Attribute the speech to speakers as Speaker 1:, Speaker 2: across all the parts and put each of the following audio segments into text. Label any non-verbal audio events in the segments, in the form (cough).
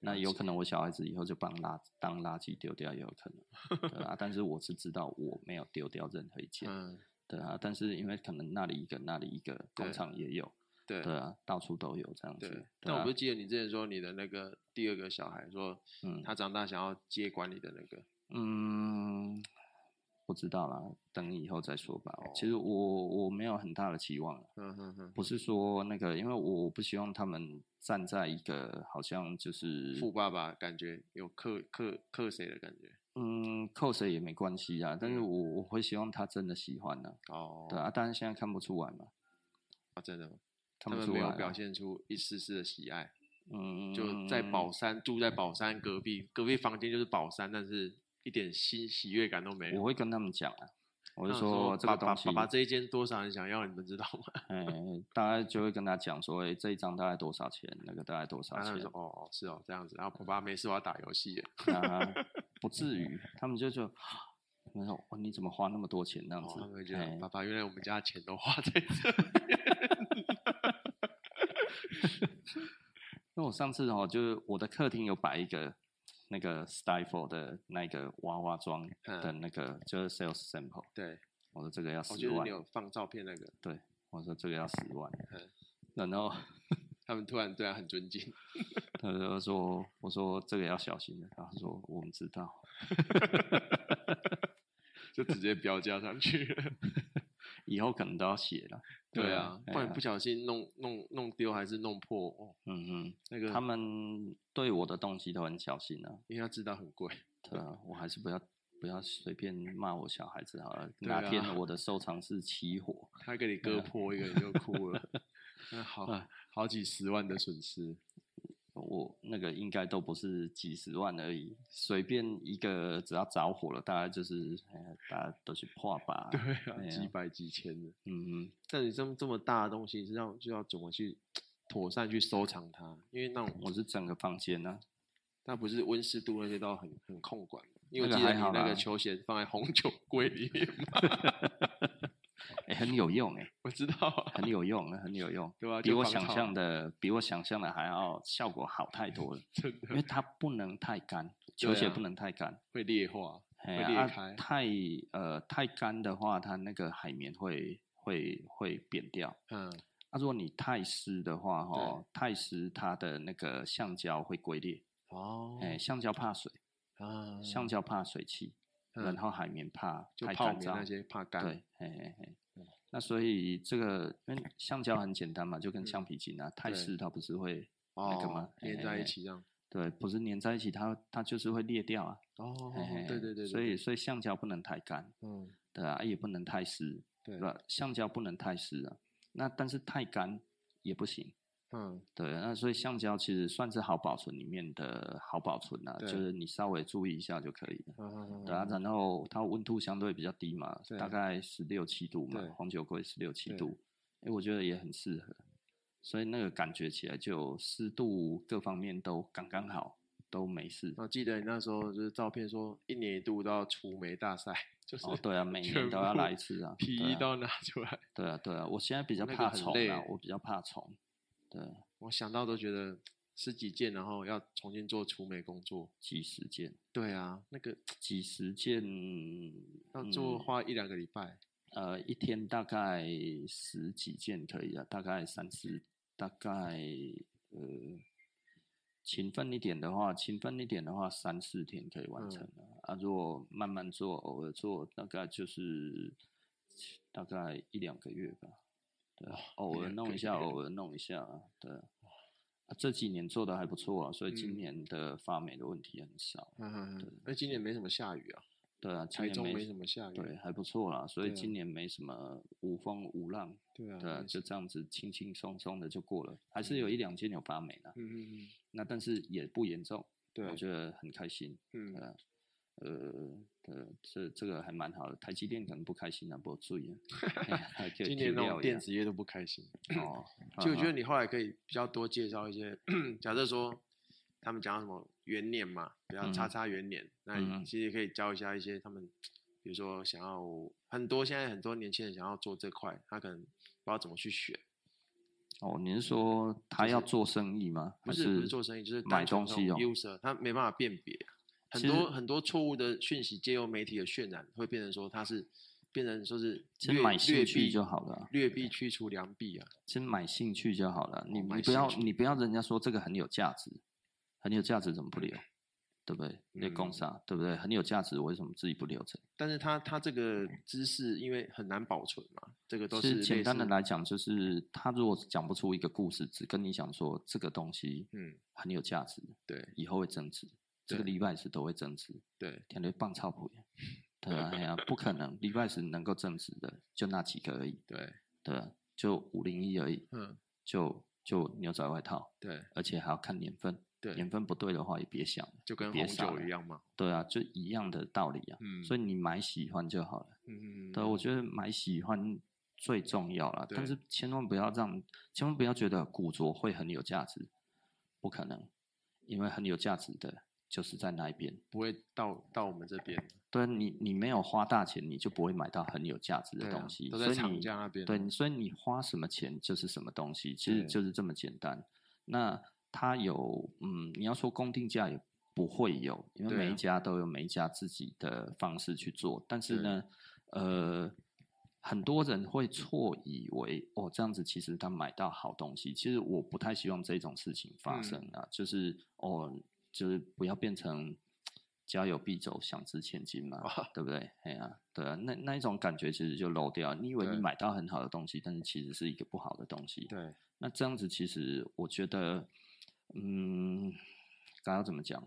Speaker 1: 那有可能我小孩子以后就帮垃当垃圾丢掉也有可能，对啊。但是我是知道我没有丢掉任何一件，
Speaker 2: 嗯，
Speaker 1: 对啊。但是因为可能那里一个那里一个
Speaker 2: 对
Speaker 1: 工厂也有，
Speaker 2: 对
Speaker 1: 对啊，到处都有这样
Speaker 2: 对
Speaker 1: 子。。对
Speaker 2: 但
Speaker 1: 啊
Speaker 2: 我不是记得你之前说你的那个第二个小孩说，
Speaker 1: 嗯
Speaker 2: 他长大想要接管理的那个，
Speaker 1: 嗯，不知道啦，等以后再说吧。
Speaker 2: 哦
Speaker 1: 其实我我没有很大的期望啦
Speaker 2: 嗯哼哼，
Speaker 1: 不是说那个，因为我不希望他们站在一个好像就是
Speaker 2: 富爸爸感觉有克克克谁的感觉，
Speaker 1: 嗯扣谁也没关系啊，但是
Speaker 2: 嗯
Speaker 1: 我我会希望他真的喜欢呢、
Speaker 2: 哦，
Speaker 1: 对啊，但是现在看不出来嘛，
Speaker 2: 啊，真的吗，他
Speaker 1: 看不
Speaker 2: 们
Speaker 1: 出
Speaker 2: 没
Speaker 1: 来、
Speaker 2: 有
Speaker 1: 啊，
Speaker 2: 表现出一丝丝的喜爱，
Speaker 1: 嗯，
Speaker 2: 就在宝山住在宝山隔壁，隔壁房间就是宝山，但是一点喜喜悦感都没
Speaker 1: 我
Speaker 2: 有。
Speaker 1: 会跟他们讲啊，我
Speaker 2: 我
Speaker 1: 就说这
Speaker 2: 爸
Speaker 1: 个
Speaker 2: 爸
Speaker 1: 东西
Speaker 2: 爸，爸这一间多少人想要，你们知道吗？
Speaker 1: 哎，大概就会跟他讲说，哎，这一张大概多少钱，那个大概多少
Speaker 2: 然 (laughs) 后他
Speaker 1: 钱
Speaker 2: 们说，哦哦是哦这样子，然后爸
Speaker 1: (laughs)
Speaker 2: 爸没事我要打游戏耶，
Speaker 1: 啊，不至于，他们就就，他们说哇你怎么花那么多钱那样
Speaker 2: 哦
Speaker 1: 子？
Speaker 2: 他们会觉
Speaker 1: 哎
Speaker 2: 得爸爸原来我们家的钱都花在这里，
Speaker 1: 那我上次哦，就是我的客厅有摆一个那个 Stifle 的那个娃娃装
Speaker 2: 嗯哦
Speaker 1: 的那个，就是 sales sample， (laughs)
Speaker 2: 对，
Speaker 1: 我说这个要
Speaker 2: 我
Speaker 1: 十
Speaker 2: 觉得你
Speaker 1: 万，
Speaker 2: 有放照片那个，
Speaker 1: 对，我说这个要十万
Speaker 2: 嗯，
Speaker 1: 然后
Speaker 2: 他们突然对他很尊敬，
Speaker 1: 他就说，我说这个要小心的，他说我们知道，
Speaker 2: 就直接标价上去了。 (laughs)
Speaker 1: 以后可能都要写了，
Speaker 2: 对啊，
Speaker 1: 哎
Speaker 2: 不然
Speaker 1: 呀
Speaker 2: 不小心弄弄弄丢还是弄破哦，
Speaker 1: 嗯
Speaker 2: 那
Speaker 1: 嗯，
Speaker 2: 个
Speaker 1: 他们对我的东西都很小心啊，
Speaker 2: 因为他知道很贵，
Speaker 1: 对啊，我还是不要不要随便骂我小孩子好了。
Speaker 2: 对啊
Speaker 1: 哪天我的收藏是起火，
Speaker 2: 他给你割破一个你就
Speaker 1: (laughs)
Speaker 2: 哭了，那好
Speaker 1: 啊哎
Speaker 2: 好几十万的损失。
Speaker 1: 我那个应该都不是几十万而已，随便一个只要着火了，大概就是、呃大家都去破吧。
Speaker 2: 对
Speaker 1: 哎
Speaker 2: 啊，
Speaker 1: 呀
Speaker 2: 几百几千的。
Speaker 1: 嗯嗯，
Speaker 2: 但你这么这么大的东西，是要就要怎么去妥善去收藏它？因为那种
Speaker 1: 我是整个房间啊呢、
Speaker 2: 它不是温湿度那些都很很控管嘛。因为我
Speaker 1: 那个
Speaker 2: 记得
Speaker 1: 还
Speaker 2: 你
Speaker 1: 好
Speaker 2: 那
Speaker 1: 啦
Speaker 2: 个球鞋放在红酒柜里面嘛， (laughs)
Speaker 1: 哎、很有用哎、
Speaker 2: 我知道啊。，
Speaker 1: 很有用，很有用
Speaker 2: 对啊
Speaker 1: 比
Speaker 2: 就
Speaker 1: 我
Speaker 2: 防
Speaker 1: 想
Speaker 2: 潮
Speaker 1: 象的，比我想象的还要效果好太多
Speaker 2: (laughs)
Speaker 1: 了，
Speaker 2: 真
Speaker 1: 因
Speaker 2: 的
Speaker 1: 为它不能太干，球
Speaker 2: 对
Speaker 1: 鞋
Speaker 2: 啊
Speaker 1: 不能太干，
Speaker 2: 会裂化，
Speaker 1: 哎
Speaker 2: 会
Speaker 1: 呀
Speaker 2: 裂
Speaker 1: 啊
Speaker 2: 开
Speaker 1: 太呃太干的话，它那个海绵会会会扁掉。
Speaker 2: 嗯，
Speaker 1: 啊，如果你太湿的话，哈、
Speaker 2: 对
Speaker 1: 太湿它的那个橡胶会龟裂。
Speaker 2: 哦，
Speaker 1: 哎、橡胶怕水，
Speaker 2: 啊，
Speaker 1: 橡胶怕水汽，
Speaker 2: 嗯
Speaker 1: 然后海绵怕
Speaker 2: 就
Speaker 1: 太
Speaker 2: 泡
Speaker 1: 干
Speaker 2: 棉
Speaker 1: 燥。
Speaker 2: 那些怕干，
Speaker 1: 对，哎哎
Speaker 2: 嗯
Speaker 1: 哎。那所以这个，因为橡胶很简单嘛，就跟橡皮筋啊，太
Speaker 2: 对
Speaker 1: 湿它不是会那个嘛
Speaker 2: 哦，，连在
Speaker 1: 哎
Speaker 2: 一。起这样。
Speaker 1: 对，不是粘在一起，它它就是会裂掉啊。
Speaker 2: 哦
Speaker 1: 哎哎，
Speaker 2: 对对对，
Speaker 1: 所
Speaker 2: 对
Speaker 1: 以所以橡胶不能太干。
Speaker 2: 嗯，
Speaker 1: 对啊，也不能太湿，
Speaker 2: 对
Speaker 1: 对，吧？橡胶不能太湿啊，那但是太干也不行，
Speaker 2: 嗯，
Speaker 1: 对。啊那所以橡胶其实算是好保存里面的好保存啦、
Speaker 2: 对
Speaker 1: 就是你稍微注意一下就可以了。
Speaker 2: 嗯嗯
Speaker 1: 对啊，然后它温度相对比较低嘛，
Speaker 2: 对
Speaker 1: 大概十六七度嘛
Speaker 2: 对，
Speaker 1: 红酒柜十六七
Speaker 2: 对
Speaker 1: 度，哎，我觉得也很适合，所以那个感觉起来就湿度各方面都刚刚好，都没事。
Speaker 2: 我记得你那时候就是照片说，一年一度都要除霉大赛， (laughs) 就是
Speaker 1: 哦，对啊，每年
Speaker 2: 全
Speaker 1: 都要
Speaker 2: 部
Speaker 1: 来一次啊，
Speaker 2: 皮
Speaker 1: 对
Speaker 2: 衣
Speaker 1: 啊
Speaker 2: 都要拿出来，
Speaker 1: 对啊，对啊，我现在比较
Speaker 2: 那个
Speaker 1: 怕
Speaker 2: 很
Speaker 1: 虫
Speaker 2: 累
Speaker 1: 啊，我比较怕虫。对，
Speaker 2: 我想到都觉得十几件，然后要重新做除霉工作。
Speaker 1: 几十件，
Speaker 2: 对啊，那个
Speaker 1: 几十件，
Speaker 2: 要做
Speaker 1: 嗯
Speaker 2: 花一两个礼拜，
Speaker 1: 呃，一天大概十几件可以啊，大概三四，大概呃，勤奋一点的话，勤奋一点的话，三四天可以完成
Speaker 2: 嗯
Speaker 1: 啊。啊，如果慢慢做，偶尔做，大概就是大概一两个月吧。对啊，偶尔
Speaker 2: 两
Speaker 1: 弄
Speaker 2: 个
Speaker 1: 一下，
Speaker 2: 月
Speaker 1: 偶尔弄一下啊，对啊。啊这几年做的还不错啊，所以今
Speaker 2: 嗯
Speaker 1: 年的发霉的问题很少。
Speaker 2: 嗯嗯嗯，那今年没什么下雨啊，
Speaker 1: 对啊，今
Speaker 2: 台
Speaker 1: 年
Speaker 2: 中
Speaker 1: 没
Speaker 2: 没什么下雨，
Speaker 1: 对，还不错啦，所以
Speaker 2: 对啊
Speaker 1: 今年没什么无风无浪，
Speaker 2: 对啊，
Speaker 1: 对啊，
Speaker 2: 没
Speaker 1: 就
Speaker 2: 事
Speaker 1: 这样子轻轻松松的就过了，还是有一两件有发霉的，
Speaker 2: 嗯嗯嗯，
Speaker 1: 那但是也不严重，
Speaker 2: 对，
Speaker 1: 我觉得很开心，
Speaker 2: 嗯
Speaker 1: 对啊，呃，呃，这这个还蛮好的，台积电可能不开心啊，不过注意啊，
Speaker 2: (laughs)
Speaker 1: 还可以
Speaker 2: 今年那
Speaker 1: 调
Speaker 2: 种
Speaker 1: 一
Speaker 2: 电
Speaker 1: 下
Speaker 2: 子业都不开心。
Speaker 1: 哦，
Speaker 2: 其实我觉得
Speaker 1: 嗯
Speaker 2: 你后来可以比较多介绍一些，假设说他们讲到什么元年嘛，比较
Speaker 1: 嗯
Speaker 2: 叉叉元年，那
Speaker 1: 嗯
Speaker 2: 你其实可以教一下一些他们，比如说想要很多现在很多年轻人想要做这块，他可能不知道怎么去选，
Speaker 1: 哦，你是说他要做生意吗？
Speaker 2: 不
Speaker 1: 还
Speaker 2: 是不是做生意，就是
Speaker 1: 买
Speaker 2: 单纯
Speaker 1: 东西
Speaker 2: 从
Speaker 1: 哦。
Speaker 2: user 他没办法辨别很
Speaker 1: 其实
Speaker 2: 多很多错误的讯息，借由媒体的渲染，会变成说他是变成说是
Speaker 1: 其实
Speaker 2: 劣
Speaker 1: 买兴
Speaker 2: 劣
Speaker 1: 趣
Speaker 2: 币
Speaker 1: 就好了啊，
Speaker 2: 劣币驱除良币啊，
Speaker 1: 先买兴趣就好了。你
Speaker 2: 哦买
Speaker 1: 你不要
Speaker 2: 兴趣
Speaker 1: 你不要人家说这个很有价值，很有价值怎么不留？对不对？那
Speaker 2: 嗯
Speaker 1: 工商对不对？很有价值，为什么自己不留着？
Speaker 2: 但是他他这个知识因为很难保存嘛，这个都
Speaker 1: 嗯其
Speaker 2: 是
Speaker 1: 实简
Speaker 2: 类
Speaker 1: 单的
Speaker 2: 似
Speaker 1: 来讲，就是他如果讲不出一个故事，只跟你讲说这个东西
Speaker 2: 嗯
Speaker 1: 很有价值，
Speaker 2: 对
Speaker 1: 以后会增值，这个
Speaker 2: 对
Speaker 1: 礼拜是都会增值，
Speaker 2: 对
Speaker 1: 天天棒操
Speaker 2: (laughs)
Speaker 1: 谱耶，对啊，哎呀，不可能，礼拜是能够增值的就那几个而已，
Speaker 2: 对
Speaker 1: 对啊，就五零一而已，
Speaker 2: 嗯
Speaker 1: 就就牛仔外套，
Speaker 2: 对
Speaker 1: 而且还要看年份，年
Speaker 2: 对，
Speaker 1: 份不对的话也别想了，
Speaker 2: 就跟
Speaker 1: 别
Speaker 2: 红
Speaker 1: 傻
Speaker 2: 酒
Speaker 1: 了
Speaker 2: 一样嘛，
Speaker 1: 对啊，就一样的道理啊，
Speaker 2: 嗯
Speaker 1: 所以你买喜欢就好了。
Speaker 2: 嗯嗯嗯
Speaker 1: 对，我觉得买喜欢最重要了，但
Speaker 2: 对
Speaker 1: 是千万不要让，千万不要觉得古着会很有价值，不可能，因为很有价值的就是在那一边。
Speaker 2: 不会到到我们这边，
Speaker 1: 对啊你，你没有花大钱，你就不会买到很有价值的
Speaker 2: 对啊
Speaker 1: 东西。
Speaker 2: 都
Speaker 1: 所
Speaker 2: 在
Speaker 1: 以
Speaker 2: 厂
Speaker 1: 你
Speaker 2: 家那边
Speaker 1: 对，
Speaker 2: 了
Speaker 1: 你所以你花什么钱就是什么东西，其实
Speaker 2: 对
Speaker 1: 就是这么简单。那它有，嗯，你要说公定价也不会有，因为
Speaker 2: 对
Speaker 1: 每一
Speaker 2: 啊
Speaker 1: 家都有每一家自己的方式去做。但是呢，呃，很多人会错以为哦，这样子其实他买到好东西。其实我不太希望这种事情发
Speaker 2: 嗯
Speaker 1: 生啊，就是哦，就是不要变成。家有必走，想知千金嘛。
Speaker 2: 哇
Speaker 1: 对不对？哎呀、对啊，那那一种感觉其实就漏掉。你以为你
Speaker 2: 对
Speaker 1: 买到很好的东西，但是其实是一个不好的东西。
Speaker 2: 对
Speaker 1: 那这样子其实我觉得，嗯，该要怎么讲？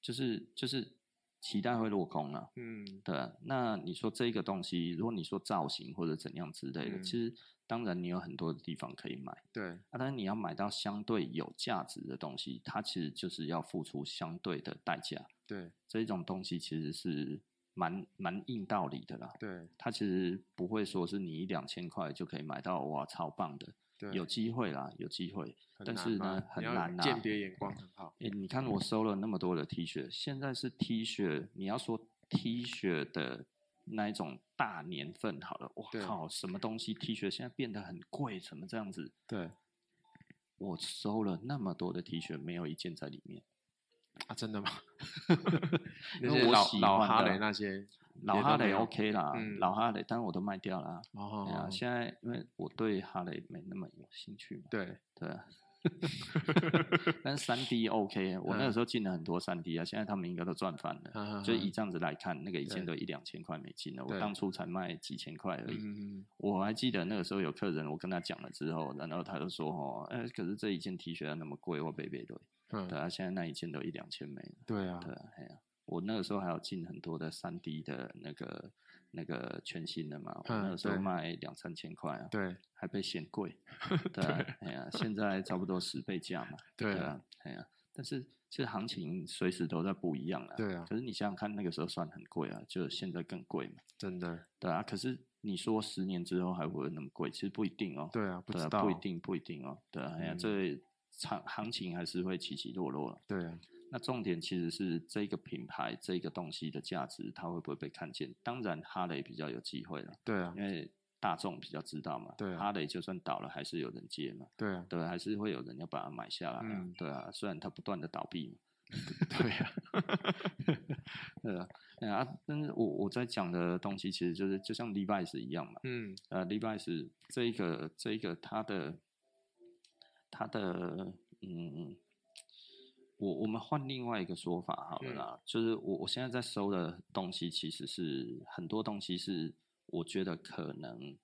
Speaker 1: 就是就是期待会落空了、
Speaker 2: 嗯
Speaker 1: 对啊，那你说这个东西，如果你说造型或者怎样之类的，
Speaker 2: 嗯
Speaker 1: 其实当然你有很多的地方可以买。
Speaker 2: 对
Speaker 1: 啊，但是你要买到相对有价值的东西，它其实就是要付出相对的代价。
Speaker 2: 对
Speaker 1: 这一种东西其实是蛮蛮硬道理的啦。
Speaker 2: 对
Speaker 1: 它其实不会说是你一两千块就可以买到哇超棒的，
Speaker 2: 对，
Speaker 1: 有机会啦，有机会。
Speaker 2: 很
Speaker 1: 但
Speaker 2: 难
Speaker 1: 是
Speaker 2: 嘛
Speaker 1: 呢
Speaker 2: 你
Speaker 1: 很
Speaker 2: 要
Speaker 1: 难啊
Speaker 2: 鉴别眼光很好，
Speaker 1: 诶，你看
Speaker 2: 嗯
Speaker 1: 我收了那么多的 T 恤，现在是 T 恤，你要说 T 恤的那一种大年份好了，我
Speaker 2: 对
Speaker 1: 靠，什么东西 T 恤现在变得很贵，怎么这样子？
Speaker 2: 对
Speaker 1: 我收了那么多的 T 恤，没有一件在里面。
Speaker 2: 啊，真的吗？ (laughs)
Speaker 1: 因
Speaker 2: 那
Speaker 1: 为
Speaker 2: 些
Speaker 1: 我
Speaker 2: 老
Speaker 1: 喜
Speaker 2: 老
Speaker 1: 欢
Speaker 2: 哈
Speaker 1: 的
Speaker 2: 雷那些
Speaker 1: 老
Speaker 2: 也都
Speaker 1: 哈
Speaker 2: 没
Speaker 1: 雷
Speaker 2: 有
Speaker 1: OK 啦，
Speaker 2: 嗯
Speaker 1: 老哈雷，但我都卖掉啦。哎呀、
Speaker 2: 哦，
Speaker 1: 现在因为我对哈雷没那么有兴趣嘛，
Speaker 2: 对
Speaker 1: 对啊。但是三 D OK，我那个
Speaker 2: 嗯
Speaker 1: 时候进了很多三 D 啊，现在他们应该都赚翻了。
Speaker 2: 啊，
Speaker 1: 就以
Speaker 2: 以
Speaker 1: 这样子来看，那个一件都
Speaker 2: 对
Speaker 1: 一两千块美金了，我
Speaker 2: 对
Speaker 1: 当初才卖几千块而已。
Speaker 2: 嗯嗯
Speaker 1: 我还记得那个时候有客人，我跟他讲了之后，然后他就说：“哦，哎，可是这一件 T 恤要那么贵，我北北对，
Speaker 2: 嗯
Speaker 1: 对
Speaker 2: 嗯，
Speaker 1: 啊，现在那一件都一两千美了。”
Speaker 2: 对啊，
Speaker 1: 对啊，哎呀、我那个时候还有进很多的三 D 的那个那个全新的嘛，我那
Speaker 2: 嗯
Speaker 1: 个时候
Speaker 2: 对
Speaker 1: 卖两三千块啊，
Speaker 2: 对
Speaker 1: 还被嫌
Speaker 2: (laughs)
Speaker 1: 贵，对啊，哎呀、现在差不多十倍价嘛，
Speaker 2: 对
Speaker 1: 对啊，哎呀、但是其实行情随时都在不一样啊，
Speaker 2: 对啊
Speaker 1: 可是你想想看，那个时候算很贵啊，就现在更贵嘛，
Speaker 2: 真的
Speaker 1: 对啊，可是你说十年之后还会不会那么贵，其实不一定哦，
Speaker 2: 对啊，不
Speaker 1: 对
Speaker 2: 知
Speaker 1: 啊，
Speaker 2: 道
Speaker 1: 不一定，不一定哦，对啊，哎呀、
Speaker 2: 嗯
Speaker 1: 这行行情还是会起起落落了。
Speaker 2: 对啊，
Speaker 1: 那重点其实是这个品牌、这个东西的价值，它会不会被看见？当然，哈雷比较有机会了，
Speaker 2: 对啊
Speaker 1: 因，为大众比较知道嘛。
Speaker 2: 对啊
Speaker 1: 哈雷就算倒了，还是有人接嘛，
Speaker 2: 对啊，
Speaker 1: 对，还是会有人要把它买下来、啊。
Speaker 2: 嗯
Speaker 1: 对啊，虽然它不断的倒闭嘛，
Speaker 2: 对啊，
Speaker 1: (laughs) 对啊，哎呀啊，但是我我在讲的东西，其实就是就像 Levi's 一样嘛，
Speaker 2: 嗯
Speaker 1: 呃，Levi's 这一个这一个它的它的嗯，我我们换另外一个说法好了
Speaker 2: 嗯
Speaker 1: 啦，就是我我现在在收的东西其实是很多东西是我觉得可能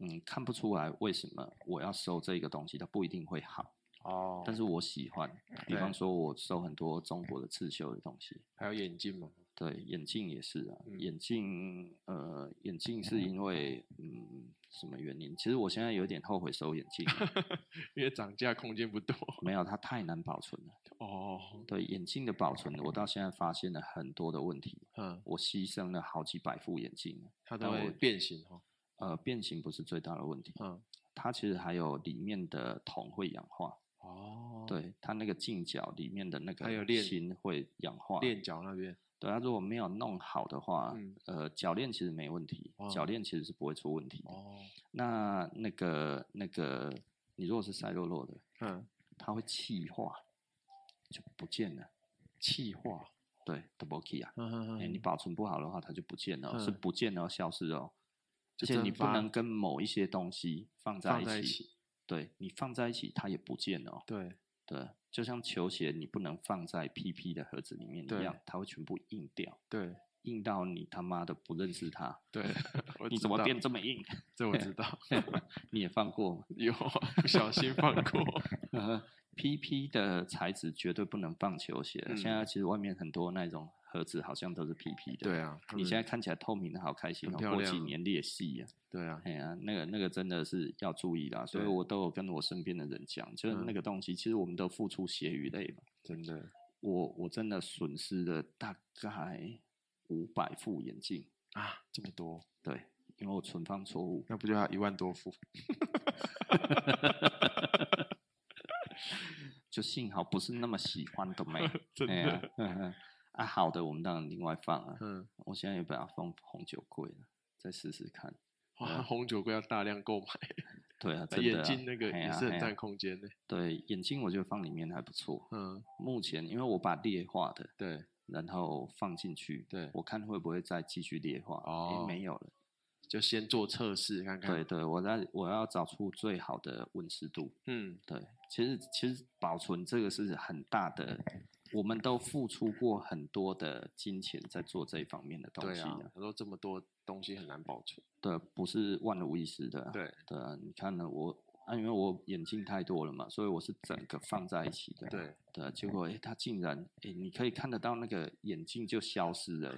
Speaker 1: 嗯看不出来为什么我要收这个东西，它不一定会好，
Speaker 2: 哦，
Speaker 1: 但是我喜欢，比
Speaker 2: 对
Speaker 1: 方说我收很多中国的刺绣的东西，
Speaker 2: 还有眼镜嘛，
Speaker 1: 对，眼镜也是啊，
Speaker 2: 嗯
Speaker 1: 眼镜呃，眼镜是因为嗯什么原因？其实我现在有点后悔收眼镜
Speaker 2: (laughs)
Speaker 1: 了，
Speaker 2: 因为涨价空间不多
Speaker 1: 没有它太难保存了。
Speaker 2: 哦，
Speaker 1: 对眼镜的保存，我到现在发现了很多的问题，
Speaker 2: 嗯，
Speaker 1: 我牺牲了好几百副眼镜了。
Speaker 2: 它
Speaker 1: 但
Speaker 2: 都会
Speaker 1: 我
Speaker 2: 变形哦，
Speaker 1: 呃，变形不是最大的问题，
Speaker 2: 嗯
Speaker 1: 它其实还有里面的铜会氧化，
Speaker 2: 哦，，
Speaker 1: 对它那个镜角里面的那个
Speaker 2: 还有链
Speaker 1: 芯会氧化，
Speaker 2: 练脚那边
Speaker 1: 对它如果没有弄好的话，
Speaker 2: 嗯
Speaker 1: 呃，铰链其实没问题，
Speaker 2: 哦
Speaker 1: 铰链其实是不会出问题的。
Speaker 2: 哦，
Speaker 1: 那那个那个，你如果是塞洛洛的，
Speaker 2: 嗯，
Speaker 1: 它会气化，就不见了。
Speaker 2: 气化，
Speaker 1: 对 d o b l key 啊，
Speaker 2: 嗯嗯
Speaker 1: 哎、你保存不好的话，它就不见了，
Speaker 2: 嗯
Speaker 1: 是不见了消失哦。
Speaker 2: 就
Speaker 1: 而且你
Speaker 2: 蒸
Speaker 1: 不
Speaker 2: 发
Speaker 1: 能跟某一些东西放在
Speaker 2: 放
Speaker 1: 一
Speaker 2: 在一
Speaker 1: 起，
Speaker 2: 起，
Speaker 1: 对你放在一起它也不见了、哦。
Speaker 2: 对，
Speaker 1: 对，就像球鞋，你不能放在 PP 的盒子里面
Speaker 2: 对
Speaker 1: 一样，它会全部硬掉，
Speaker 2: 对，
Speaker 1: 硬到你他妈的不认识它。 (laughs)
Speaker 2: 对，我
Speaker 1: 你
Speaker 2: 知
Speaker 1: 怎么
Speaker 2: 道
Speaker 1: 变这么
Speaker 2: (laughs)
Speaker 1: 硬？ (laughs)
Speaker 2: 这我知道，
Speaker 1: 你也放过吗？
Speaker 2: 有不小心放过，
Speaker 1: (laughs) 呃，PP 的材质绝对不能放球鞋了。现
Speaker 2: 嗯
Speaker 1: 在其实外面很多那种盒子好像都是 PP 的。
Speaker 2: 对啊，
Speaker 1: 你现在
Speaker 2: 在
Speaker 1: 看起来透明的好开心
Speaker 2: 很
Speaker 1: 哦，
Speaker 2: 漂
Speaker 1: 过几
Speaker 2: 亮
Speaker 1: 年裂隙啊，
Speaker 2: 对啊，
Speaker 1: 哎呀、那个那个真的是要注意啦。所以
Speaker 2: 对
Speaker 1: 我都有跟我身边的人讲，就是
Speaker 2: 嗯
Speaker 1: 那个东西，其实我们都付出血与泪嘛。
Speaker 2: 真的，
Speaker 1: 我我真的损失了大概五百副眼镜，
Speaker 2: 啊，这么多，
Speaker 1: 对，因为我存放错
Speaker 2: (laughs)
Speaker 1: 误。
Speaker 2: 那不就要一万多
Speaker 1: (laughs)
Speaker 2: 副？
Speaker 1: 就幸好不是那么喜欢的美，
Speaker 2: 真
Speaker 1: 哎呀，呵呵啊，好的，我们当然另外放啊。
Speaker 2: 嗯，
Speaker 1: 我现在也把它放红酒柜了，再试试看。
Speaker 2: 哇，红酒柜要大量
Speaker 1: (laughs)
Speaker 2: 购买，
Speaker 1: 对啊，
Speaker 2: 那
Speaker 1: 真的、啊、
Speaker 2: 眼镜那个
Speaker 1: 哎
Speaker 2: 也
Speaker 1: 呀
Speaker 2: 是
Speaker 1: 哎
Speaker 2: 很
Speaker 1: 呀
Speaker 2: 占空间的，
Speaker 1: 对，眼镜我觉得放里面还不错。
Speaker 2: 嗯，
Speaker 1: 目前因为我把裂化的，
Speaker 2: 对，
Speaker 1: 然后放进去，
Speaker 2: 对
Speaker 1: 我看会不会再继续裂化。诶
Speaker 2: 哦
Speaker 1: 没有了。
Speaker 2: 就先做测试看看，
Speaker 1: 对，对，我在我要找出最好的温湿度。
Speaker 2: 嗯，
Speaker 1: 对，其实其实保存这个是很大的，我们都付出过很多的金钱在做这一方面的东
Speaker 2: 对
Speaker 1: 西
Speaker 2: 啊
Speaker 1: 的，，
Speaker 2: 他说这么多东西很难保存，
Speaker 1: 对，不是万无一失的啊。
Speaker 2: 对
Speaker 1: 对啊，你看呢，我啊，因为我眼镜太多了嘛，所以我是整个放在一起的。
Speaker 2: 对，
Speaker 1: 对啊，结果诶，它竟然诶，你可以看得到那个眼镜就消失
Speaker 2: (laughs)
Speaker 1: 了欸。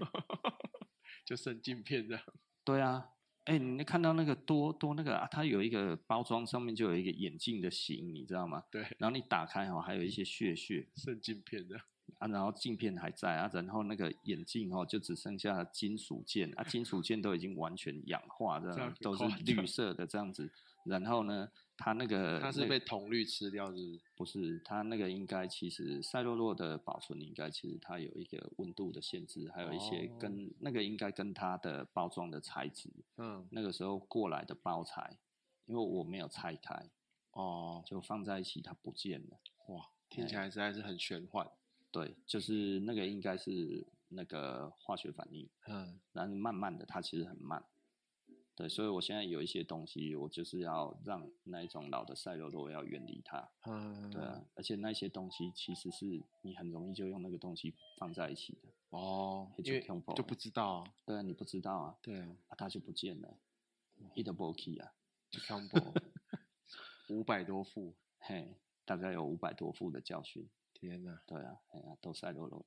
Speaker 2: 就剩镜片这样，
Speaker 1: 对啊，哎，你看到那个多多那个啊，它有一个包装上面就有一个眼镜的形，你知道吗？
Speaker 2: 对，
Speaker 1: 然后你打开哦，还有一些血血
Speaker 2: 剩镜片这样，
Speaker 1: 啊，然后镜片还在啊，然后那个眼镜哦，就只剩下金属件啊，金属件都已经完全氧化这
Speaker 2: 这样
Speaker 1: 样
Speaker 2: 很，
Speaker 1: 都是
Speaker 2: 夸张
Speaker 1: 绿色的这样子。然后呢，它那个
Speaker 2: 它是
Speaker 1: 那
Speaker 2: 被铜绿吃掉，是不是？
Speaker 1: 不是它那个应该其实赛洛洛的保存应该其实它有一个温度的限制，还有一些
Speaker 2: 哦
Speaker 1: 跟、那个应该跟它的包装的材质
Speaker 2: 嗯，
Speaker 1: 那个时候过来的包材，因为我没有拆开，
Speaker 2: 哦，
Speaker 1: 就放在一起它不见了。
Speaker 2: 哇，听起来实在是很玄幻，
Speaker 1: 对，
Speaker 2: 嗯
Speaker 1: 就是那个应该是那个化学反应，
Speaker 2: 嗯，
Speaker 1: 然后慢慢的它其实很慢。对，所以我现在有一些东西，我就是要让那一种老的赛洛洛要远离它。
Speaker 2: 嗯，
Speaker 1: 对啊，而且那些东西其实是你很容易就用那个东西放在一起的。
Speaker 2: 哦，
Speaker 1: 很
Speaker 2: 因为
Speaker 1: 恐怖
Speaker 2: 就不知道啊，
Speaker 1: 对啊，你不知道啊，
Speaker 2: 对啊，
Speaker 1: 啊它就不见了，一的不 key 啊，
Speaker 2: 就 combo 五百多副，
Speaker 1: 嘿，大概有五百多副的教训。
Speaker 2: 天哪，
Speaker 1: 对啊，哎呀、都赛罗罗，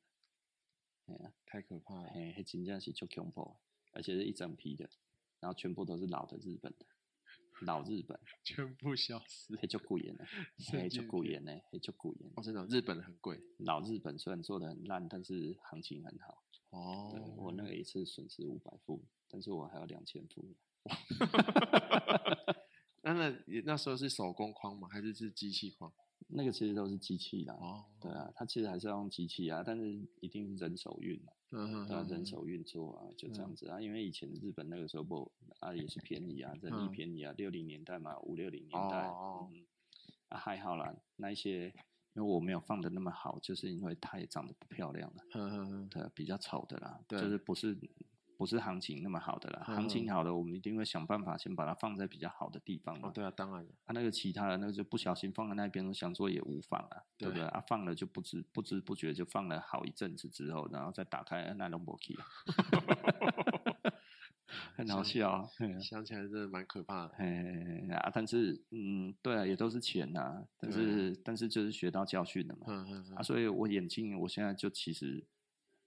Speaker 2: 太可怕
Speaker 1: (laughs)
Speaker 2: 了，
Speaker 1: 嘿，嘿，真正是就恐怖的，而且是一整批的，然后全部都是老的日本的，老日本，
Speaker 2: 全部消失。
Speaker 1: 嘿，就古言
Speaker 2: (laughs)
Speaker 1: 呢，
Speaker 2: 神
Speaker 1: 嘿，就
Speaker 2: 经
Speaker 1: 古
Speaker 2: 病
Speaker 1: 言呢，嘿，就古言。
Speaker 2: 哦，真的，日本的很贵
Speaker 1: 老日本虽然做的很烂，但是行情很好。
Speaker 2: 哦
Speaker 1: 对，我那个一次损失五百副，但是我还有两千副。
Speaker 2: 那那也那时候是手工框吗？还是是机器框？
Speaker 1: 那个其实都是机器啦，
Speaker 2: 哦，
Speaker 1: 对啊，它其实还是要用机器啊，但是一定是人手运嘛，
Speaker 2: 嗯，嗯
Speaker 1: 对啊，
Speaker 2: 嗯
Speaker 1: 人
Speaker 2: 嗯
Speaker 1: 手运作啊，就这样
Speaker 2: 嗯
Speaker 1: 子啊，因为以前日本那个时候不啊也是便宜啊，人力
Speaker 2: 嗯
Speaker 1: 便宜啊，六零年代嘛，五六零年代，
Speaker 2: 哦
Speaker 1: 嗯，啊还好啦，那一些因为我没有放的那么好，就是因为它也长得不漂亮了，
Speaker 2: 嗯嗯嗯，
Speaker 1: 对啊，比较丑的啦，
Speaker 2: 对
Speaker 1: 就是不是。不是行情那么好的啦，行情
Speaker 2: 嗯
Speaker 1: 好的，我们一定会想办法先把它放在比较好的地方嘛。
Speaker 2: 哦，对啊，当然了，
Speaker 1: 啊，那个其他的那个就不小心放在那边，我想说也无妨啊，对不
Speaker 2: 对
Speaker 1: 对？啊，放了就不知不知不觉就放了好一阵子之后，然后再打开，啊那都没去
Speaker 2: (laughs)
Speaker 1: 啊，很好
Speaker 2: 像
Speaker 1: 笑啊。嘿啊
Speaker 2: 想起来真的蛮可怕的。
Speaker 1: 嘿嘿嘿啊，但是嗯，对啊，也都是钱呐、但
Speaker 2: 对啊
Speaker 1: 是但是就是学到教训了嘛。
Speaker 2: 嗯嗯
Speaker 1: 啊，
Speaker 2: 嗯，
Speaker 1: 所以我眼镜我现在就其实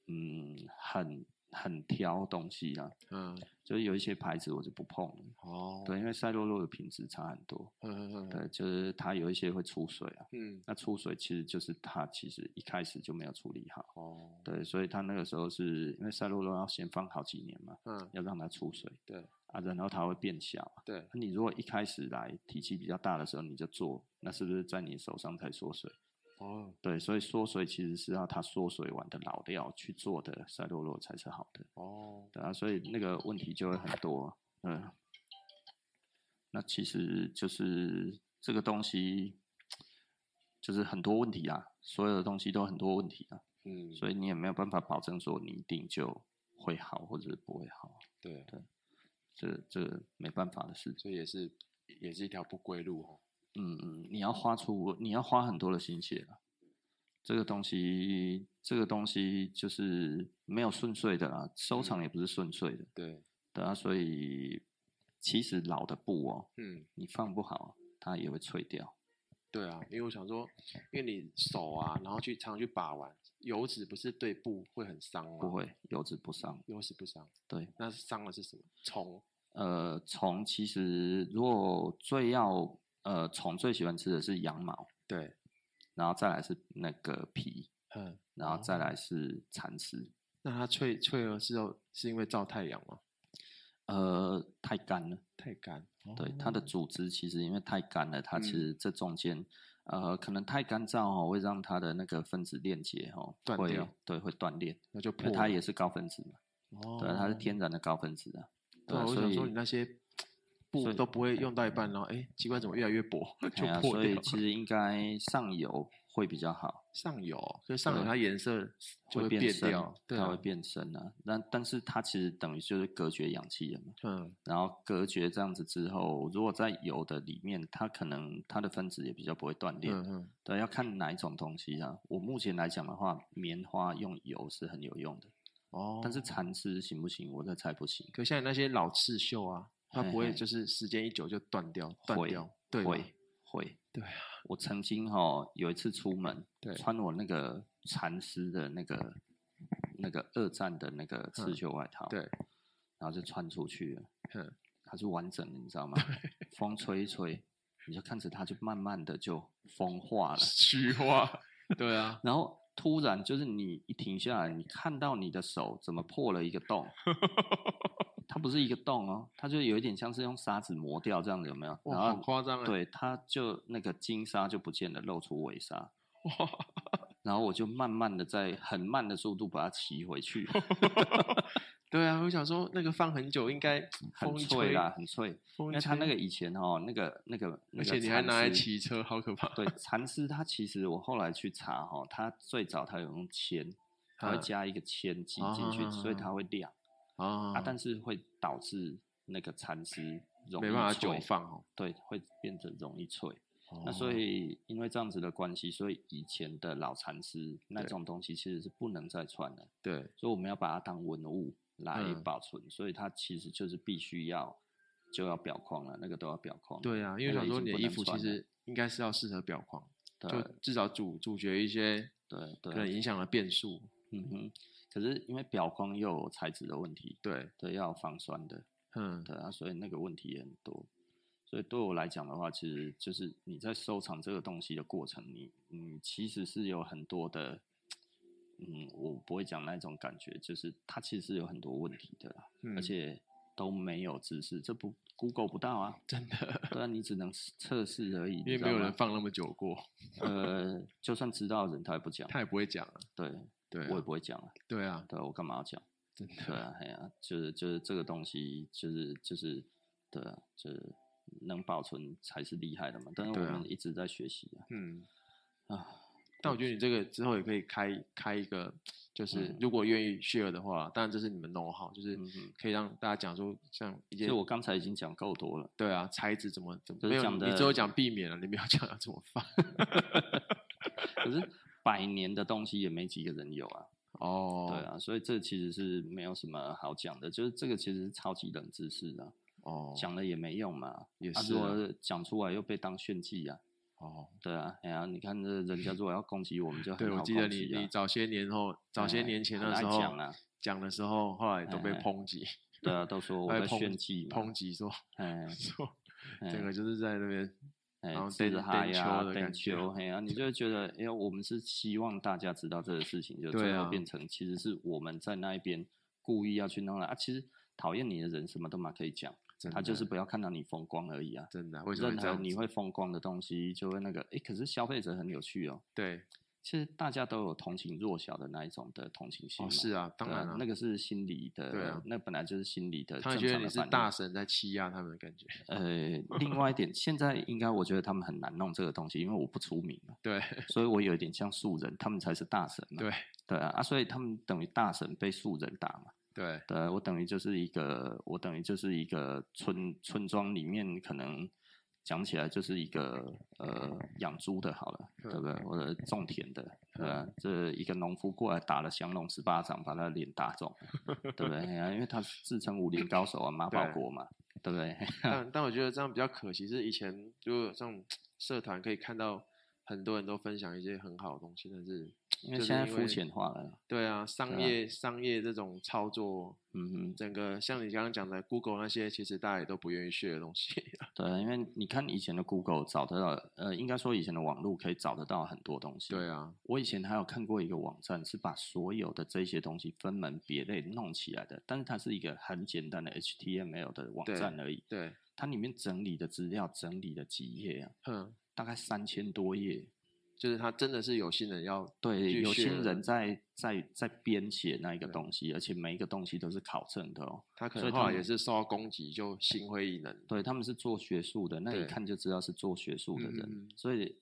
Speaker 1: 嗯很很挑东西啊，
Speaker 2: 嗯，
Speaker 1: 就是有一些牌子我就不碰了，
Speaker 2: 哦，
Speaker 1: 对，因为赛洛洛的品质差很多，
Speaker 2: 嗯，嗯嗯嗯
Speaker 1: 对，就是它有一些会出水啊。
Speaker 2: 嗯，
Speaker 1: 那出水其实就是它其实一开始就没有处理好，
Speaker 2: 哦，
Speaker 1: 对，所以它那个时候是因为赛洛洛要先放好几年嘛，
Speaker 2: 嗯，
Speaker 1: 要让它出水
Speaker 2: 对
Speaker 1: 啊，然后它会变小啊。
Speaker 2: 对，
Speaker 1: 那你如果一开始来体积比较大的时候你就做，那是不是在你手上才缩水？
Speaker 2: 哦
Speaker 1: 对，所以缩水其实是要它缩水完的老料去做的赛洛洛才是好的，
Speaker 2: 哦，
Speaker 1: 对啊，所以那个啊问题就会很多，嗯。那其实就是这个东西就是很多问题啊，所有的东西都很多问题啊，
Speaker 3: 嗯，
Speaker 1: 所以你也没有办法保证说你一定就会好或者是不会好，
Speaker 3: 对，
Speaker 1: 这这没办法的事情。
Speaker 3: 所以也是也是一条不归路哦。
Speaker 1: 嗯嗯，你要花出你要花很多的心血啊，这个东西这个东西就是没有顺遂的啦，收藏也不是顺遂的，
Speaker 3: 对，
Speaker 1: 对啊，所以其实老的布哦，
Speaker 3: 嗯，
Speaker 1: 你放不好它也会脆掉。
Speaker 3: 对啊，
Speaker 2: 因为我想说，因为你手啊，然后去常去把玩，油脂不是对布会很伤吗？
Speaker 1: 不，会，油脂不伤。
Speaker 2: 油脂不伤。
Speaker 1: 对，
Speaker 2: 那伤的是什么？虫。
Speaker 1: 呃，虫其实如果最要呃，虫最喜欢吃的是羊毛，
Speaker 3: 对，
Speaker 1: 然后再来是那个皮，
Speaker 2: 嗯，
Speaker 1: 然后
Speaker 2: 哦
Speaker 1: 再来是蚕丝。
Speaker 2: 那它脆脆而是要是因为照太阳吗？
Speaker 1: 呃，太干了，
Speaker 2: 太干。
Speaker 1: 对它的组织其实因为太干了，它其
Speaker 2: 哦嗯
Speaker 1: 实这中间，呃，可能太干燥哦，会让它的那个分子链接哦
Speaker 2: 断
Speaker 1: 会
Speaker 2: 掉，
Speaker 1: 对，会断裂，
Speaker 2: 那就
Speaker 1: 因为
Speaker 2: 破。
Speaker 1: 它也是高分子嘛，
Speaker 2: 哦，
Speaker 1: 对，啊它是天然的高分子啊，
Speaker 2: (laughs) 对啊。
Speaker 1: 对，
Speaker 2: 我
Speaker 1: 所
Speaker 2: 想说
Speaker 1: 以
Speaker 2: 你那些布
Speaker 1: 所以嗯
Speaker 2: 都不会用到一半，然后哎，奇怪，怎么越来越薄， (laughs) 就
Speaker 1: 哎呀，
Speaker 2: 破
Speaker 1: 所以
Speaker 2: 掉。
Speaker 1: 其实应该上游会比较好，
Speaker 2: 上游，可是上游
Speaker 1: 对啊
Speaker 2: 它颜色就
Speaker 1: 会
Speaker 2: 变
Speaker 1: 变深
Speaker 2: 掉，，对
Speaker 1: 它
Speaker 2: 啊
Speaker 1: 会。变深啊。那但是它其实等于就是隔绝氧气了嘛。
Speaker 2: 嗯，
Speaker 1: 然后隔绝这样子之后，如果在油的里面，它可能它的分子也比较不会断裂。
Speaker 2: 嗯嗯，
Speaker 1: 对，要看哪一种东西啊。我目前来讲的话，棉花用油是很有用的，
Speaker 2: 哦，
Speaker 1: 但是蚕丝行不行？我这猜不行。
Speaker 2: 可像那些老刺绣啊，它
Speaker 1: 嘿
Speaker 2: 不会
Speaker 1: 嘿
Speaker 2: 就是时间一久就断掉，断
Speaker 1: 会
Speaker 2: 掉，对吗， (laughs)
Speaker 1: 会会，
Speaker 2: 对啊，
Speaker 1: 我曾经哈、有一次出门，
Speaker 2: 对
Speaker 1: 穿我那个蚕丝的那个那个二战的那个刺
Speaker 2: 嗯
Speaker 1: 绣外套，
Speaker 2: 对，
Speaker 1: 然后就穿出去了，
Speaker 2: 嗯
Speaker 1: 它是完整的，你知道吗？风吹一吹，你就看着它就慢慢的就风
Speaker 2: (laughs)
Speaker 1: 化了，
Speaker 2: 虚化，
Speaker 1: (laughs)
Speaker 2: 对啊，
Speaker 1: 然后突然就是你一停下来，你看到你的手怎么破了一个
Speaker 2: (laughs)
Speaker 1: 洞，它不是一个洞哦，它就有一点像是用砂纸磨掉这样子，有没有？然
Speaker 2: 哇，好
Speaker 1: 后
Speaker 2: 夸张啊，，
Speaker 1: 对，它就那个金沙就不见了，露出尾沙。然后我就慢慢的在很慢的速度把它骑回
Speaker 2: (laughs)
Speaker 1: 去，
Speaker 2: 对啊，我想说那个放很久应该
Speaker 1: 嗯很
Speaker 2: 风一
Speaker 1: 脆
Speaker 2: 吹
Speaker 1: 啦，，很脆。
Speaker 2: 风
Speaker 1: 因
Speaker 2: 一
Speaker 1: 为它那
Speaker 2: 吹
Speaker 1: 个以前哦，那个那个，那
Speaker 2: 而
Speaker 1: 个
Speaker 2: 且你还
Speaker 1: 蚕
Speaker 2: 拿来
Speaker 1: 丝
Speaker 2: 骑车，好可怕，
Speaker 1: 对，蚕丝它其实我后来去查哈、哦，它最早它有用铅，它会
Speaker 2: 嗯
Speaker 1: 加一个铅剂进去，所以它会亮
Speaker 2: 啊
Speaker 1: 啊，但是会导致那个蚕丝容易
Speaker 2: 没办法
Speaker 1: 脆
Speaker 2: 久，放哦，
Speaker 1: 对，会变得容易脆。那所以因为这样子的关系，所以以前的老蚕丝那
Speaker 2: 对
Speaker 1: 种东西其实是不能再穿的，
Speaker 2: 对，
Speaker 1: 所以我们要把它当文物来
Speaker 2: 嗯
Speaker 1: 保存，所以它其实就是必须要就要裱框了，那个都要裱框。
Speaker 2: 对啊，因为
Speaker 1: 那
Speaker 2: 想
Speaker 1: 个已
Speaker 2: 说
Speaker 1: 经
Speaker 2: 你的
Speaker 1: 不
Speaker 2: 衣
Speaker 1: 能
Speaker 2: 服其
Speaker 1: 穿了
Speaker 2: 实应该是要适合裱框，
Speaker 1: 对
Speaker 2: 就至少主主角一些
Speaker 1: 对
Speaker 2: 可
Speaker 1: 对，
Speaker 2: 能影响了变数，
Speaker 1: 嗯哼，可是因为表框又有材质的问题，
Speaker 2: 对，
Speaker 1: 对，要有防酸的，
Speaker 2: 嗯，
Speaker 1: 对啊，所以那个问题也很多。所以对我来讲的话，其实就是你在收藏这个东西的过程，你你其实是有很多的，嗯，我不会讲那种感觉，就是它其实是有很多问题的啦，
Speaker 2: 嗯
Speaker 1: 而且都没有知识，这不 Google 不到啊，
Speaker 2: (laughs) 真的，
Speaker 1: 对啊，你只能测试而已，
Speaker 2: 因为没有人放那么久过，
Speaker 1: 放，呃，就算知道的人他也不讲，
Speaker 2: 他也不会讲啊，
Speaker 1: 对
Speaker 2: 对
Speaker 1: 我也
Speaker 2: 啊，
Speaker 1: 不会讲啊，
Speaker 2: 对啊，
Speaker 1: 对啊我干嘛要讲？
Speaker 2: 真的，
Speaker 1: 对啊，哎呀、就是就是这个东西，就是就是，对啊，就是能保存才是厉害的嘛。但是我
Speaker 2: 对啊
Speaker 1: 们一直在学习啊，
Speaker 2: 嗯，
Speaker 1: 啊，
Speaker 2: 但我觉得你这个之后也可以开开一个，就是
Speaker 1: 嗯
Speaker 2: 如果愿意 share 的话，当然这是你们弄好，就是
Speaker 1: 嗯哼
Speaker 2: 可以让大家讲出像一
Speaker 1: 所
Speaker 2: 些
Speaker 1: 以我刚才已经讲够多了。
Speaker 2: 对啊材质怎么怎么
Speaker 1: 就是
Speaker 2: 没有
Speaker 1: 讲
Speaker 2: 你，你只有
Speaker 1: 得
Speaker 2: 讲避免了，你没有讲要怎么放
Speaker 1: 可是百年的东西也没几个人有啊，
Speaker 2: 哦，
Speaker 1: (laughs) 对，啊，所以这其实是没有什么好讲的，就是这个其实是超级冷知识的啊，
Speaker 2: 哦，
Speaker 1: 讲了也没用嘛，
Speaker 2: 也
Speaker 1: 啊
Speaker 2: 是
Speaker 1: 如
Speaker 2: 啊
Speaker 1: 果讲出来又被当炫技啊，
Speaker 2: 哦，
Speaker 1: 对啊，哎呀，你看这人家如果要攻击我们就很
Speaker 2: (laughs) 对，
Speaker 1: 好
Speaker 2: 我
Speaker 1: 攻
Speaker 2: 记
Speaker 1: 击
Speaker 2: 得
Speaker 1: 啊。
Speaker 2: 你你早些年后，早些
Speaker 1: 哎
Speaker 2: 年前
Speaker 1: 很
Speaker 2: 的时
Speaker 1: 爱
Speaker 2: 候
Speaker 1: 讲啊
Speaker 2: 讲的时候，后来都被
Speaker 1: 哎哎
Speaker 2: 抨击，
Speaker 1: 对啊，都说我
Speaker 2: 哎
Speaker 1: 在
Speaker 2: 抨
Speaker 1: 炫技嘛，
Speaker 2: 抨击说
Speaker 1: 哎，
Speaker 2: 说
Speaker 1: 哎
Speaker 2: 整个就是在那边，
Speaker 1: 哎
Speaker 2: 然后
Speaker 1: 自
Speaker 2: 电
Speaker 1: 嗨
Speaker 2: 电
Speaker 1: 呀
Speaker 2: 秋、的
Speaker 1: 电
Speaker 2: 感觉
Speaker 1: 秋，嘿啊，你就会觉得，哎呀，我们是希望大家知道这个事情，就
Speaker 2: 对
Speaker 1: 最
Speaker 2: 啊
Speaker 1: 后变成其实是我们在那一边故意要去弄了啊。其实讨厌你的人什么都嘛可以讲，
Speaker 2: 真
Speaker 1: 他就
Speaker 2: 的
Speaker 1: 是不要看到你风光而已啊。
Speaker 2: 真的啊为什么
Speaker 1: 任
Speaker 2: 会这
Speaker 1: 何
Speaker 2: 样
Speaker 1: 你
Speaker 2: 子？
Speaker 1: 会风光的东西，就会那个，哎，可是消费者很有趣哦，
Speaker 2: 对，
Speaker 1: 其实大家都有同情弱小的那一种的同情心、
Speaker 2: 哦，是
Speaker 1: 啊，
Speaker 2: 啊，当
Speaker 1: 对啊
Speaker 2: 然了、
Speaker 1: 那个是心理的，
Speaker 2: 对啊
Speaker 1: 那本来就是心理的
Speaker 2: 他
Speaker 1: 正常的
Speaker 2: 们觉
Speaker 1: 反
Speaker 2: 得
Speaker 1: 应。
Speaker 2: 你是大神在欺压他们的
Speaker 1: (laughs)
Speaker 2: 感觉，
Speaker 1: 呃，另外一点，现在应该我觉得他们很难弄这个东西，因为我不出名啊嘛，
Speaker 2: 对
Speaker 1: 所以我有一点像素人，他们才是大神嘛。
Speaker 2: 对
Speaker 1: 对啊，啊，所以他们等于大神被素人打嘛。 (laughs)
Speaker 2: 对，
Speaker 1: 对，啊我等于就是一个，我等于就是一个村村庄里面可能讲起来就是一个呃养猪的好了，对不对？或者种田的，对吧？这一个农夫过来打了降龙十八掌，把他的脸打肿，对不对？哎呀因为他自称武林高手
Speaker 2: (laughs)
Speaker 1: 啊，马保
Speaker 2: 对
Speaker 1: 国嘛，对不对？ (laughs)
Speaker 2: 但但我觉得这样比较可惜，是以前就像社团可以看到很多人都分享一些很好的东西，但是
Speaker 1: 因为
Speaker 2: 就是
Speaker 1: 现在
Speaker 2: 因
Speaker 1: 肤
Speaker 2: 为
Speaker 1: 浅化了，
Speaker 2: 对啊，商
Speaker 1: 对啊
Speaker 2: 业、商业这种操作，
Speaker 1: 嗯哼。
Speaker 2: 整个像你刚刚讲的 Google 那些，其实大家也都不愿意学的东西。
Speaker 1: 对，啊因为你看以前的 Google 找得到，呃，应该说以前的网络可以找得到很多东西。
Speaker 2: (laughs) 对啊，
Speaker 1: 我以前还有看过一个网站，是把所有的这些东西分门别类弄起来的，但是它是一个很简单的 HTML 的网
Speaker 2: 对
Speaker 1: 站而已。
Speaker 2: 对，
Speaker 1: 它里面整理的资料整理了几页啊，
Speaker 2: 哼，
Speaker 1: 大概三千多页。
Speaker 2: 就是他真的是有心人要
Speaker 1: 对，
Speaker 2: 去
Speaker 1: 有
Speaker 2: 学
Speaker 1: 心人
Speaker 2: 了
Speaker 1: 在在在编写那一个
Speaker 2: 对
Speaker 1: 东西，而且每一个东西都是考证的哦。
Speaker 2: 他可
Speaker 1: 所以
Speaker 2: 能
Speaker 1: 他
Speaker 2: 后来
Speaker 1: 们
Speaker 2: 也是受到攻击，就心灰意冷。
Speaker 1: 对，他们是做学术的，那一
Speaker 2: 对
Speaker 1: 看就知道是做学术的人，
Speaker 2: 嗯嗯嗯
Speaker 1: 所以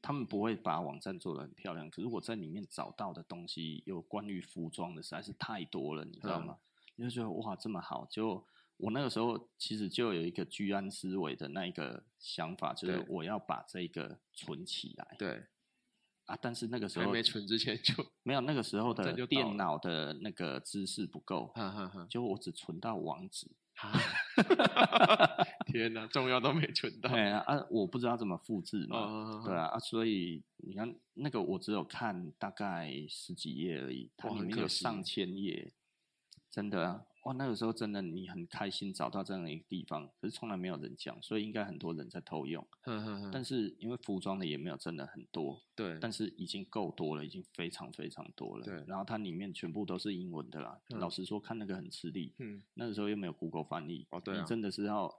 Speaker 1: 他们不会把网站做得很漂亮。可是我在里面找到的东西，有关于服装的实在是太多了，你知道
Speaker 2: 嗯
Speaker 1: 吗？你就觉得哇这么好，就我那个时候其实就有一个居安思危的那一个想法，就是
Speaker 2: 对
Speaker 1: 我要把这个存起来
Speaker 2: 对，
Speaker 1: 啊。但是那个时
Speaker 2: 还
Speaker 1: 候
Speaker 2: 没存之前就， (laughs)
Speaker 1: 没有那个时候
Speaker 2: 这
Speaker 1: 的
Speaker 2: 就倒
Speaker 1: 电
Speaker 2: 了，
Speaker 1: 脑的那个知识不够
Speaker 2: 嗯哈哈
Speaker 1: (laughs)
Speaker 2: 哈
Speaker 1: 就我只存到网址。
Speaker 2: 啊！天哪，重要都没存 (laughs) 到。
Speaker 1: 对啊，啊我不知道怎么复制嘛。
Speaker 2: 哦
Speaker 1: 对啊，啊，所以你看那个，我只有看大概十几页而已，它
Speaker 2: 哇
Speaker 1: 里
Speaker 2: 很
Speaker 1: 面
Speaker 2: 可
Speaker 1: 有
Speaker 2: 惜
Speaker 1: 上
Speaker 2: 耶
Speaker 1: 千页，真的啊，哇，那个时候真的你很开心找到这样的一个地方，可是从来没有人讲，所以应该很多人在偷用，
Speaker 2: 哼哼哼，
Speaker 1: 但是因为服装的也没有真的很多，
Speaker 2: 嗯对，
Speaker 1: 但是已经够多了，已经非常非常多了。
Speaker 2: 对
Speaker 1: 然后它里面全部都是英文的啦，
Speaker 2: 嗯
Speaker 1: 老实说看那个很吃力，
Speaker 2: 嗯
Speaker 1: 那个时候又没有 Google 翻译，
Speaker 2: 哦对
Speaker 1: 你
Speaker 2: 啊
Speaker 1: 真的是要